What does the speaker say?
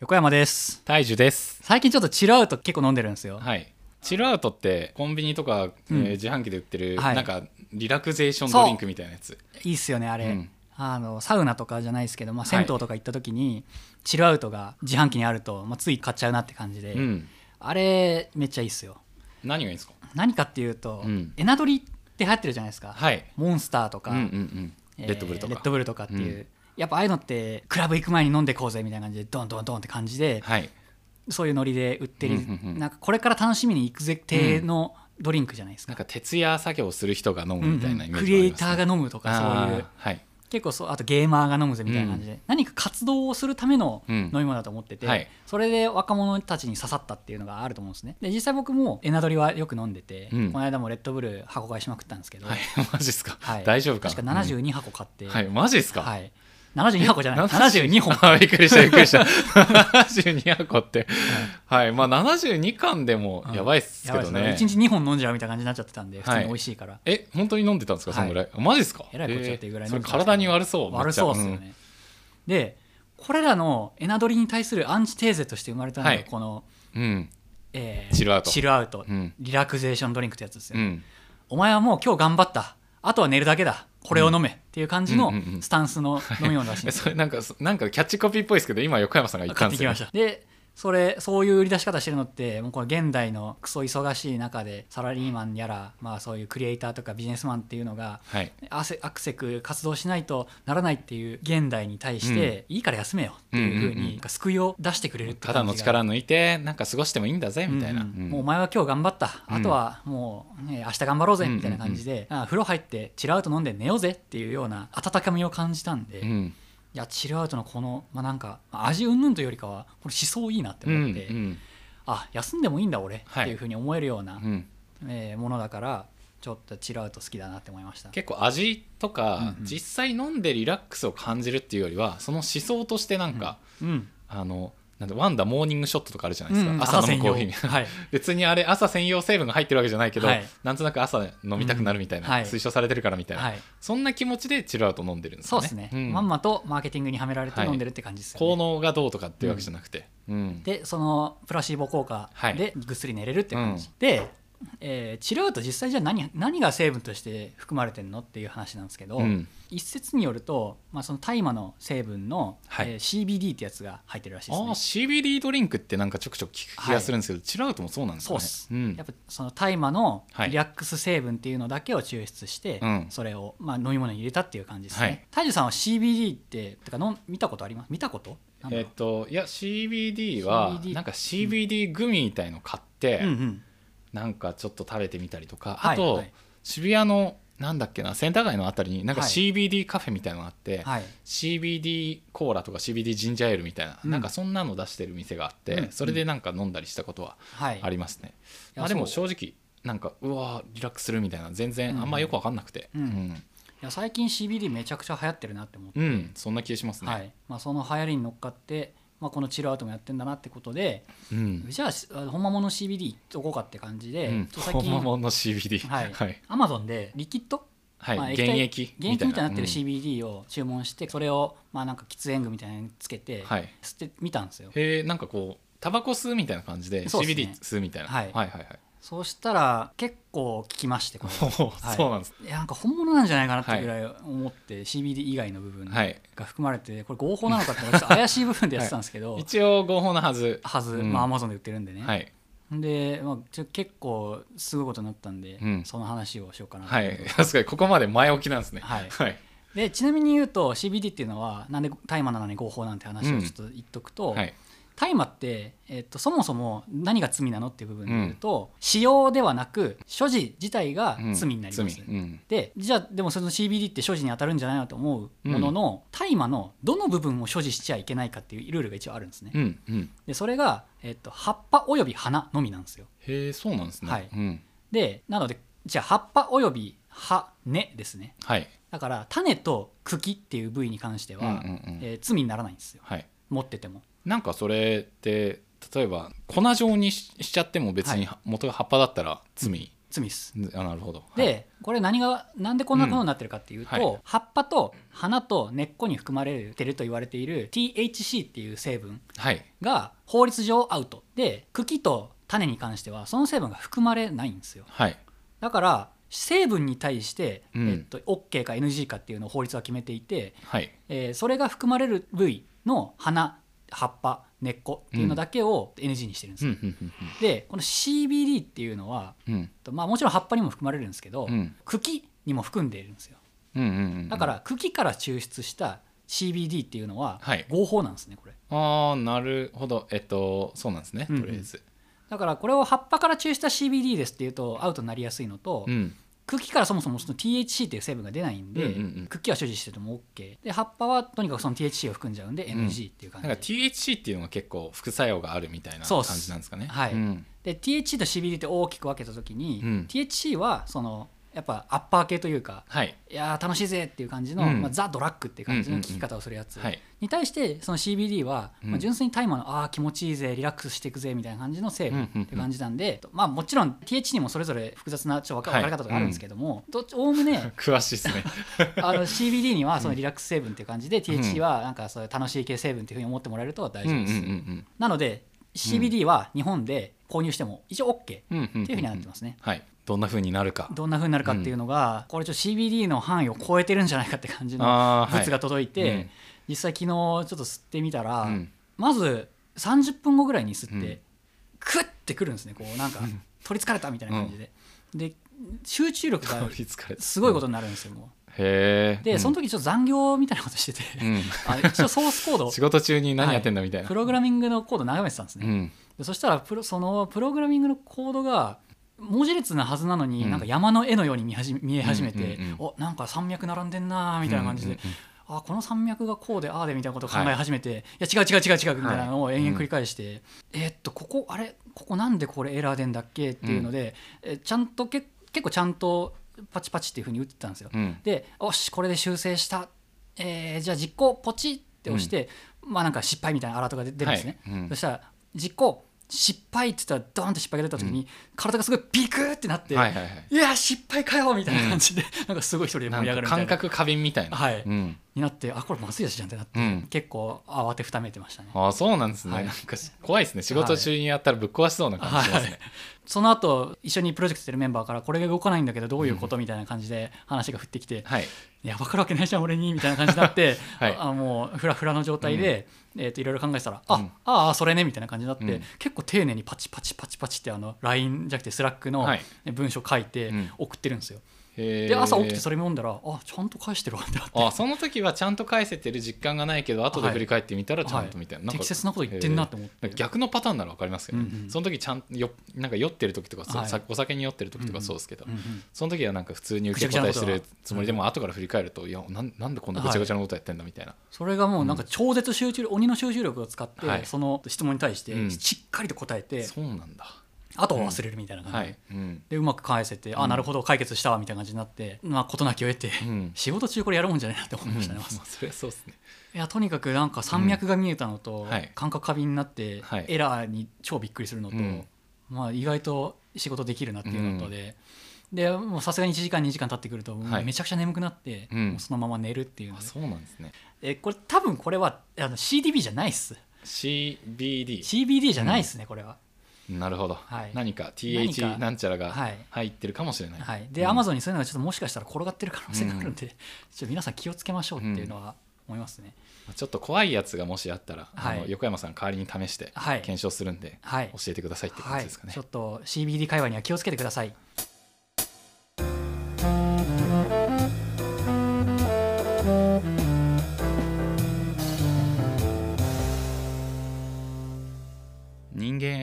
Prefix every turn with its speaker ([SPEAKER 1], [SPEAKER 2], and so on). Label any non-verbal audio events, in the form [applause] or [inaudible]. [SPEAKER 1] 横山です
[SPEAKER 2] 大樹です
[SPEAKER 1] 最近ちょっとチルアウト結構飲んでるんですよ
[SPEAKER 2] はいチルアウトってコンビニとか、
[SPEAKER 1] う
[SPEAKER 2] え
[SPEAKER 1] ん
[SPEAKER 2] ー自販機で売ってる、
[SPEAKER 1] はい
[SPEAKER 2] なんかリラクゼーションドリンクみたいなやつ
[SPEAKER 1] いいっすよねあれ、
[SPEAKER 2] うん
[SPEAKER 1] あのサウナとかじゃないですけど、まあ、
[SPEAKER 2] はい
[SPEAKER 1] 銭湯とか行った時に、チルアウトが自販機にあると、まあ、つい買っちゃうなって感じで、
[SPEAKER 2] うん
[SPEAKER 1] あれめっちゃいいっすよ
[SPEAKER 2] 何がいいんですか
[SPEAKER 1] 何かっていうと、
[SPEAKER 2] うん
[SPEAKER 1] エナドリって流行ってるじゃないですか、
[SPEAKER 2] はい
[SPEAKER 1] モンスターとか、
[SPEAKER 2] うんうんうん
[SPEAKER 1] えー
[SPEAKER 2] レッドブルとか
[SPEAKER 1] レッドブルとかっていう、
[SPEAKER 2] うん
[SPEAKER 1] やっぱああいうのってクラブ行く前に飲んでこうぜみたいな感じでドンドンドンって感じで、
[SPEAKER 2] はい
[SPEAKER 1] そういうノリで売ってる、
[SPEAKER 2] うんうんうん
[SPEAKER 1] なんかこれから楽しみに行くぜ系のドリンクじゃないですか、
[SPEAKER 2] なんか徹夜作業する人が飲むみたいなイメージもありますね、
[SPEAKER 1] クリエイターが飲むとか
[SPEAKER 2] あー
[SPEAKER 1] そういう
[SPEAKER 2] はい
[SPEAKER 1] 結構そうあとゲーマーが飲むぜみたいな感じで、何か活動をするための
[SPEAKER 2] うん
[SPEAKER 1] 飲み物だと思ってて、
[SPEAKER 2] はい
[SPEAKER 1] それで若者たちに刺さったっていうのがあると思うんですねで実際僕もエナドリはよく飲んでて、
[SPEAKER 2] うん
[SPEAKER 1] この間もレッドブル箱買いしまくったんですけど、
[SPEAKER 2] はい [laughs] マジっすか、
[SPEAKER 1] はい
[SPEAKER 2] 大丈夫か
[SPEAKER 1] 確か
[SPEAKER 2] うん
[SPEAKER 1] 72箱買って、
[SPEAKER 2] はいマジっすか、
[SPEAKER 1] はい72箱じゃない72本
[SPEAKER 2] [laughs] あびっくりしたびっくりした [laughs] 72箱ってはいまあ72巻でもやばいっすけどね、
[SPEAKER 1] やばいです1日2本飲んじゃうみたいな感じになっちゃってたんで普通に美味しいから、
[SPEAKER 2] え本当に飲んでたんですかそのぐらい、マジですか
[SPEAKER 1] えらいこっちゃっていうぐらい
[SPEAKER 2] え
[SPEAKER 1] 飲
[SPEAKER 2] ー
[SPEAKER 1] ん
[SPEAKER 2] それ
[SPEAKER 1] でましたね
[SPEAKER 2] 体に悪そうめっ
[SPEAKER 1] 悪
[SPEAKER 2] ちゃ
[SPEAKER 1] そうですよね、でこれらのエナドリに対するアンチテーゼとして生まれたのが、
[SPEAKER 2] はい
[SPEAKER 1] この、
[SPEAKER 2] うん、うん
[SPEAKER 1] えー
[SPEAKER 2] チルアウト
[SPEAKER 1] チルアウト
[SPEAKER 2] うん
[SPEAKER 1] リラクゼーションドリンクってやつですよ、
[SPEAKER 2] う
[SPEAKER 1] ね [laughs]
[SPEAKER 2] ん
[SPEAKER 1] お前はもう今日頑張ったあとは寝るだけだこれを飲めっていう感じの
[SPEAKER 2] うんうんうんうん
[SPEAKER 1] スタンスの飲み物らしいんで
[SPEAKER 2] え
[SPEAKER 1] す
[SPEAKER 2] [laughs] それなんかそなんかキャッチコピーっぽいですけど今横山さんが言った
[SPEAKER 1] 買
[SPEAKER 2] ん
[SPEAKER 1] って
[SPEAKER 2] です
[SPEAKER 1] き
[SPEAKER 2] よ
[SPEAKER 1] ましたでそれそういう売り出し方してるのってもうこの現代のクソ忙しい中でサラリーマンやら、まあ、そういうクリエイターとかビジネスマンっていうのが
[SPEAKER 2] はい
[SPEAKER 1] 汗アクセク活動しないとならないっていう現代に対して、いいから休めよっていうふう
[SPEAKER 2] うんうんうん
[SPEAKER 1] になんか救いを出してくれるって
[SPEAKER 2] た
[SPEAKER 1] 感
[SPEAKER 2] だの
[SPEAKER 1] じが
[SPEAKER 2] 力抜いてなんか過ごしてもいいんだぜみたいな、
[SPEAKER 1] うんうん
[SPEAKER 2] うん
[SPEAKER 1] もうお前は今日頑張った、
[SPEAKER 2] うん
[SPEAKER 1] あとはもう、ね、明日頑張ろうぜみたいな感じで、あ風呂入ってチルアウト飲んで寝ようぜっていうような温かみを感じたんで、い
[SPEAKER 2] うん
[SPEAKER 1] やチルアウトのこの、まあ、なんかまあ味うんぬんというよりかはこの思想いいなって
[SPEAKER 2] うん
[SPEAKER 1] 思って、
[SPEAKER 2] うん
[SPEAKER 1] あ休んでもいいんだ俺、
[SPEAKER 2] はい
[SPEAKER 1] っていうふうに思えるような、
[SPEAKER 2] うん
[SPEAKER 1] えーものだからちょっとチルアウト好きだなって思いました。
[SPEAKER 2] 結構味とか、
[SPEAKER 1] うんうん
[SPEAKER 2] 実際飲んでリラックスを感じるっていうよりはその思想としてなんか、
[SPEAKER 1] うん、
[SPEAKER 2] あのなんだワンダモーニングショットとかあるじゃないですか、
[SPEAKER 1] うん
[SPEAKER 2] 朝飲
[SPEAKER 1] 専
[SPEAKER 2] む
[SPEAKER 1] 用
[SPEAKER 2] コーヒーみ [laughs] たいな
[SPEAKER 1] はい
[SPEAKER 2] 別にあれ朝専用成分が入ってるわけじゃないけど、
[SPEAKER 1] はい
[SPEAKER 2] なんとなく朝飲みたくなるみたいな、
[SPEAKER 1] うんはい
[SPEAKER 2] 推奨されてるからみたいな、
[SPEAKER 1] はい
[SPEAKER 2] そんな気持ちでチルアウト飲んでるんです
[SPEAKER 1] そう
[SPEAKER 2] よ
[SPEAKER 1] で
[SPEAKER 2] ね
[SPEAKER 1] すね、
[SPEAKER 2] うん
[SPEAKER 1] まんまとマーケティングにはめられて
[SPEAKER 2] はい
[SPEAKER 1] 飲んでるって感じですよね、
[SPEAKER 2] 効能がどうとかっていうわけじゃなくて、うん
[SPEAKER 1] でそのプラシーボ効果
[SPEAKER 2] はい
[SPEAKER 1] でぐっすり寝れるって感じ、
[SPEAKER 2] うん
[SPEAKER 1] で、えー治療と実際じゃあ何何が成分として含まれてるのっていう話なんですけど、
[SPEAKER 2] うん
[SPEAKER 1] 一説によると、まあ、その大麻の成分の、
[SPEAKER 2] はい
[SPEAKER 1] えー CBD ってやつが入ってるらしい
[SPEAKER 2] あ
[SPEAKER 1] です
[SPEAKER 2] ー
[SPEAKER 1] ね。
[SPEAKER 2] CBD ドリンクってなんかちょくちょく聞く気がするんですけど、チルアウトもそうなんです
[SPEAKER 1] そう
[SPEAKER 2] かね
[SPEAKER 1] っす、
[SPEAKER 2] ん
[SPEAKER 1] やっぱその大麻の
[SPEAKER 2] はい
[SPEAKER 1] リラックス成分っていうのだけを抽出して、
[SPEAKER 2] うん
[SPEAKER 1] それを、まあ、飲み物に入れたっていう感じです
[SPEAKER 2] はい
[SPEAKER 1] ね。大樹さんは CBD っててかの見たことあります見たことなんだ
[SPEAKER 2] え
[SPEAKER 1] ろ
[SPEAKER 2] っ
[SPEAKER 1] う
[SPEAKER 2] といや CBD は
[SPEAKER 1] CBD
[SPEAKER 2] なんか CBD グミみたいの買って、
[SPEAKER 1] うんうん
[SPEAKER 2] なんかちょっと食べてみたりとか、
[SPEAKER 1] はい
[SPEAKER 2] あと、
[SPEAKER 1] はい
[SPEAKER 2] 渋谷のなんだっけなセンター街のあたりになんか
[SPEAKER 1] はい
[SPEAKER 2] CBD カフェみたいなのがあって、
[SPEAKER 1] はい
[SPEAKER 2] CBD コーラとか CBD ジンジャーエールみたいな、
[SPEAKER 1] うん
[SPEAKER 2] なんかそんなの出してる店があって、
[SPEAKER 1] うん
[SPEAKER 2] それでなんか飲んだりしたことは
[SPEAKER 1] はい
[SPEAKER 2] ありますね、
[SPEAKER 1] や
[SPEAKER 2] まあ、でも
[SPEAKER 1] そ
[SPEAKER 2] 正直なんかうわーリラックスするみたいな全
[SPEAKER 1] うん
[SPEAKER 2] 然あんまよく分かんなくて
[SPEAKER 1] う
[SPEAKER 2] うんん、
[SPEAKER 1] いや最近 CBD めちゃくちゃ流行ってるなって思って、
[SPEAKER 2] うんそんな気がしますね、
[SPEAKER 1] はいまあ、その流行りに乗っかって、まあ、このチルアウトもやってんだなってことで、
[SPEAKER 2] うん、
[SPEAKER 1] じゃああほんまもの CBD いっとこうかって感じで、
[SPEAKER 2] うん
[SPEAKER 1] ちょっと最
[SPEAKER 2] 本
[SPEAKER 1] 近
[SPEAKER 2] 物の CBD
[SPEAKER 1] はい
[SPEAKER 2] はい、
[SPEAKER 1] アマゾンでリキッド、
[SPEAKER 2] はい
[SPEAKER 1] まあ
[SPEAKER 2] 現液
[SPEAKER 1] 原液みたいになってる
[SPEAKER 2] うん
[SPEAKER 1] CBD を注文して、それをまあなんか喫煙具みたいなのにつけて、
[SPEAKER 2] はい
[SPEAKER 1] 吸ってみたんですよ
[SPEAKER 2] へえんかこうタバコ吸うみたいな感じで
[SPEAKER 1] そうっすね
[SPEAKER 2] CBD 吸うみたいな、
[SPEAKER 1] はい
[SPEAKER 2] はいはいはい
[SPEAKER 1] そうしたら結構効きましてこれ
[SPEAKER 2] おお
[SPEAKER 1] はい
[SPEAKER 2] [laughs] そうなんです
[SPEAKER 1] いやなんか本物なんじゃないかなってぐらい思って、CBD 以外の部分
[SPEAKER 2] はい
[SPEAKER 1] が含まれてこれ合法なのかってちょっと怪しい部分でやってたんですけど、
[SPEAKER 2] 一応合法なはず
[SPEAKER 1] はず、
[SPEAKER 2] うん
[SPEAKER 1] まあアマゾンで売ってるんでね、
[SPEAKER 2] はい
[SPEAKER 1] で、まあ、ちょ結構すごいことになったんで、
[SPEAKER 2] うん
[SPEAKER 1] その話をしようかなと、
[SPEAKER 2] はい確かにここまで前置きなんですね
[SPEAKER 1] はい
[SPEAKER 2] はい
[SPEAKER 1] でちなみに言うと CBD っていうのはなんで大麻なのに合法なんて話をちょっと言っとくと
[SPEAKER 2] はい
[SPEAKER 1] 大麻、って、えっとそもそも何が罪なのっていう部分で言うと、使用ではなく所持自体が
[SPEAKER 2] うん
[SPEAKER 1] 罪になります、
[SPEAKER 2] 罪うん
[SPEAKER 1] でじゃあでもその CBD って所持に当たるんじゃないのと思うものの、大麻のどの部分を所持しちゃいけないかっていうルールが一応あるんですね、
[SPEAKER 2] うんうん
[SPEAKER 1] でそれが、えっと葉っぱおよび花のみなんですよ
[SPEAKER 2] へえそうなんですね
[SPEAKER 1] はい
[SPEAKER 2] うん
[SPEAKER 1] でなのでじゃあ葉っぱおよび葉根ですね
[SPEAKER 2] はい
[SPEAKER 1] だから種と茎っていう部位に関しては、
[SPEAKER 2] うんうんうん
[SPEAKER 1] えー罪にならないんですよ
[SPEAKER 2] はい
[SPEAKER 1] 持ってても
[SPEAKER 2] なんかそれって例えば粉状にししちゃっても別に
[SPEAKER 1] は
[SPEAKER 2] 元が葉っぱだったら罪
[SPEAKER 1] 罪です。
[SPEAKER 2] あなるほど。はい、
[SPEAKER 1] でこれ何がなんでこんなことになってるかっていうと、
[SPEAKER 2] うんはい
[SPEAKER 1] 葉っぱと花と根っこに含まれてると言われている THC っていう成分
[SPEAKER 2] はい、
[SPEAKER 1] が法律上アウトで茎と種に関してはその成分が含まれないんですよ
[SPEAKER 2] はい、
[SPEAKER 1] だから成分に対して、
[SPEAKER 2] うん
[SPEAKER 1] えっと、OK か NG かっていうのを法律は決めていて、
[SPEAKER 2] はい、
[SPEAKER 1] えーそれが含まれる部位の花葉っぱ根っこっていうのだけを NG にしてるんです
[SPEAKER 2] うん、う
[SPEAKER 1] よ、
[SPEAKER 2] ん、
[SPEAKER 1] でこの CBD っていうのは、
[SPEAKER 2] うん、うん、
[SPEAKER 1] とまあ、もちろん葉っぱにも含まれるんですけど、
[SPEAKER 2] うん
[SPEAKER 1] 茎にも含んでいるんですよ
[SPEAKER 2] うん、うん、
[SPEAKER 1] だから茎から抽出した CBD っていうのは
[SPEAKER 2] はい
[SPEAKER 1] 合法なんですねこれ
[SPEAKER 2] ああ、なるほど、えっと、そうなんですね、と
[SPEAKER 1] うんうん
[SPEAKER 2] りあえず。
[SPEAKER 1] だからこれを葉っぱから抽出した CBD ですっていうとアウトになりやすいのと、
[SPEAKER 2] うん、
[SPEAKER 1] 茎からそもそもその THC っていう成分が出ないんで、
[SPEAKER 2] うんうんうん
[SPEAKER 1] 茎は所持してても OK で葉っぱはとにかくその THC を含んじゃうんで NG っていう
[SPEAKER 2] な
[SPEAKER 1] 感
[SPEAKER 2] ん
[SPEAKER 1] じ、
[SPEAKER 2] か THC っていうのが結構副作用があるみたいな
[SPEAKER 1] そうっ
[SPEAKER 2] 感
[SPEAKER 1] す
[SPEAKER 2] じなんですかね。
[SPEAKER 1] はい
[SPEAKER 2] うん、
[SPEAKER 1] で THC と CBD って大きく分けた時に、
[SPEAKER 2] うん
[SPEAKER 1] THC はそのやっぱアッパー系というか
[SPEAKER 2] はい、
[SPEAKER 1] いやー楽しいぜっていう感じの、
[SPEAKER 2] うん
[SPEAKER 1] まあ、ザ・ドラッグっていう感じの
[SPEAKER 2] うん
[SPEAKER 1] 聞
[SPEAKER 2] うんう
[SPEAKER 1] き
[SPEAKER 2] ん
[SPEAKER 1] 方をするやつ、
[SPEAKER 2] はい、
[SPEAKER 1] に対してその CBD は、
[SPEAKER 2] うん
[SPEAKER 1] まあ、純粋に大麻のああー気持ちいいぜリラックスしていくぜみたいな感じの成
[SPEAKER 2] うん
[SPEAKER 1] 分
[SPEAKER 2] うんうん
[SPEAKER 1] って感じなんで、まあ、もちろん TH にもそれぞれ複雑なちょっと分か
[SPEAKER 2] はい
[SPEAKER 1] 分かれ方があるんですけどもどっちおおむね
[SPEAKER 2] 詳しいですね。
[SPEAKER 1] あの CBD にはそのリラックス成分っていう感じで、
[SPEAKER 2] う
[SPEAKER 1] TH
[SPEAKER 2] ん
[SPEAKER 1] はなんかそういう楽しい系成分っていうふうに思ってもらえると [laughs] 大
[SPEAKER 2] うん、
[SPEAKER 1] 丈
[SPEAKER 2] う
[SPEAKER 1] 夫
[SPEAKER 2] ん、
[SPEAKER 1] です、
[SPEAKER 2] うん、
[SPEAKER 1] なので CBD は日本で購入しても一応 OK っていう
[SPEAKER 2] うん、うん、うん、
[SPEAKER 1] ふうにはなってますね
[SPEAKER 2] はい、どんな風になるか。
[SPEAKER 1] どんなふうになるかっていうのが、これちょっと CBD の範囲を超えてるんじゃないかって感じの
[SPEAKER 2] あー
[SPEAKER 1] 物が届いて、
[SPEAKER 2] うん
[SPEAKER 1] 実際昨日ちょっと吸ってみたら、
[SPEAKER 2] はいうん
[SPEAKER 1] まず30分後ぐらいに吸って、
[SPEAKER 2] うん
[SPEAKER 1] クッてくるんですねこうなんか取りつかれたみたいな感じで、で集中力が
[SPEAKER 2] 取りつかれた
[SPEAKER 1] すごいことになるんですよも
[SPEAKER 2] へえ
[SPEAKER 1] うでその時ちょっと残業みたいなことしてて、あ一応ソースコー
[SPEAKER 2] [laughs]
[SPEAKER 1] ド
[SPEAKER 2] 仕事中に何やってんだみたいな、
[SPEAKER 1] プログラミングのコード眺めてたんですね、
[SPEAKER 2] うん
[SPEAKER 1] でそしたらプロそのプログラミングのコードが文字列なはずなのに、
[SPEAKER 2] うん
[SPEAKER 1] なんか山の絵のように見始め見え始めて、
[SPEAKER 2] うんうんうん
[SPEAKER 1] おなんか山脈並んでんなーみたいな感じで、
[SPEAKER 2] うんうんうん
[SPEAKER 1] あこの山脈がこうでああでみたいなことを考え始めて、い、や違う違う違う違うみたいなのを延々繰り返して、えーっとここあれここなんでこれエラー出んだっけっていうので、えちゃんとけ結構ちゃんとパチパチっていうふうに打ってたんですよ。
[SPEAKER 2] うん
[SPEAKER 1] でよしこれで修正した、えーじゃあ実行ポチって押して、まあなんか失敗みたいなアラートが出出るんですね、
[SPEAKER 2] はいうん
[SPEAKER 1] そしたら実行失敗って言ったらドーンって失敗が出た時に、体がすごいビクってなって、
[SPEAKER 2] はい
[SPEAKER 1] い、
[SPEAKER 2] はいはい
[SPEAKER 1] や失敗かよみたいな感じで、なんかすごい一人で
[SPEAKER 2] な
[SPEAKER 1] 盛
[SPEAKER 2] ん
[SPEAKER 1] り上がる
[SPEAKER 2] か
[SPEAKER 1] みたいな
[SPEAKER 2] 感覚過敏みたいな
[SPEAKER 1] はい
[SPEAKER 2] うん
[SPEAKER 1] になってあこれまずいやつじゃんってなって、
[SPEAKER 2] うん
[SPEAKER 1] 結構慌てふためいてましたね。
[SPEAKER 2] ああそうなんですね、
[SPEAKER 1] はい
[SPEAKER 2] なんかし怖いですね仕事中にやったらぶっ壊しそうな感じしますね、
[SPEAKER 1] その後一緒にプロジェクトしてるメンバーからこれが動かないんだけどどういうことみたいな感じで話が降ってきて、
[SPEAKER 2] はい
[SPEAKER 1] いや分かるわけないじゃん俺にみたいな感じになって、
[SPEAKER 2] [laughs] はい
[SPEAKER 1] あもうフラフラの状態で、えー、といろいろ考えてたら、
[SPEAKER 2] うん
[SPEAKER 1] あああそれねみたいな感じになって、
[SPEAKER 2] うん
[SPEAKER 1] 結構丁寧にパチパチパチパチってあの LINE じゃなくてスラックの
[SPEAKER 2] はい
[SPEAKER 1] 文章書いて
[SPEAKER 2] うん
[SPEAKER 1] 送ってるんですよ、
[SPEAKER 2] へえ
[SPEAKER 1] で朝起きてそれ読んだらあちゃんと返してるわってなって
[SPEAKER 2] あその時はちゃんと返せてる実感がないけど後で振り返ってみたらちゃんとみたいな,、
[SPEAKER 1] はい
[SPEAKER 2] なんか
[SPEAKER 1] 適切なこと言ってんなと思って
[SPEAKER 2] へえ逆のパターンなら分かりますけど、ね
[SPEAKER 1] うんうん
[SPEAKER 2] その時ちゃんよなんか酔ってる時とか、そう
[SPEAKER 1] はい
[SPEAKER 2] さお酒に酔ってる時とかそうですけど、
[SPEAKER 1] うんうん
[SPEAKER 2] その時はなんか普通に受け答えしてるつもりでも後から振り返るといやなんなんでこんなぐちゃぐちゃなことやってんだみたいな、
[SPEAKER 1] それがもうなんか超絶集中力、鬼の集中力を使って、
[SPEAKER 2] はい
[SPEAKER 1] その質問に対し
[SPEAKER 2] う
[SPEAKER 1] て
[SPEAKER 2] ん
[SPEAKER 1] しっかりと答えて、
[SPEAKER 2] そうなんだ
[SPEAKER 1] あとは忘れるみたいな感じ、
[SPEAKER 2] はい、うん
[SPEAKER 1] でうまく返せて、
[SPEAKER 2] う
[SPEAKER 1] あ
[SPEAKER 2] ん
[SPEAKER 1] なるほど解決したわみたいな感じになって、まあ、事なきを得て、 [laughs]
[SPEAKER 2] うん
[SPEAKER 1] 仕事中これやるもんじゃないなって思いましたね、
[SPEAKER 2] ま
[SPEAKER 1] まず
[SPEAKER 2] あそれはそうですね
[SPEAKER 1] いやとにかくなんか山脈が見えたのと、
[SPEAKER 2] んはい
[SPEAKER 1] 感覚過敏になって、
[SPEAKER 2] はい
[SPEAKER 1] エラーに超びっくりするのと、
[SPEAKER 2] うん
[SPEAKER 1] まあ、意外と仕事できるなっていうのとで。でもうさすがに1時間2時間経ってくると
[SPEAKER 2] はい
[SPEAKER 1] めちゃくちゃ眠くなって、
[SPEAKER 2] うん
[SPEAKER 1] もうそのまま寝るっていうの
[SPEAKER 2] あ
[SPEAKER 1] で
[SPEAKER 2] そうなんですね
[SPEAKER 1] えこれ多分これはあの CDB じゃないっす
[SPEAKER 2] CBD
[SPEAKER 1] CBD じゃないですね、これは。
[SPEAKER 2] なるほど、
[SPEAKER 1] はい
[SPEAKER 2] 何か
[SPEAKER 1] 何か
[SPEAKER 2] TH なんちゃらが
[SPEAKER 1] はい
[SPEAKER 2] 入ってるかもしれない、
[SPEAKER 1] はい、で、
[SPEAKER 2] うん
[SPEAKER 1] Amazon にそういうのがちょっともしかしたら転がってる可能性があるんで、ちょっと皆さん気をつけましょうっていうのは思いますね。
[SPEAKER 2] ちょっと怖いやつがもしあったら、
[SPEAKER 1] はい
[SPEAKER 2] あの横山さん代わりに試して
[SPEAKER 1] はい。
[SPEAKER 2] 検証するんで、
[SPEAKER 1] はい。
[SPEAKER 2] 教えてくださいって感
[SPEAKER 1] は
[SPEAKER 2] じ
[SPEAKER 1] い、
[SPEAKER 2] ですかね
[SPEAKER 1] ちょ、っと CBD 会話には気をつけてください。
[SPEAKER 2] 人間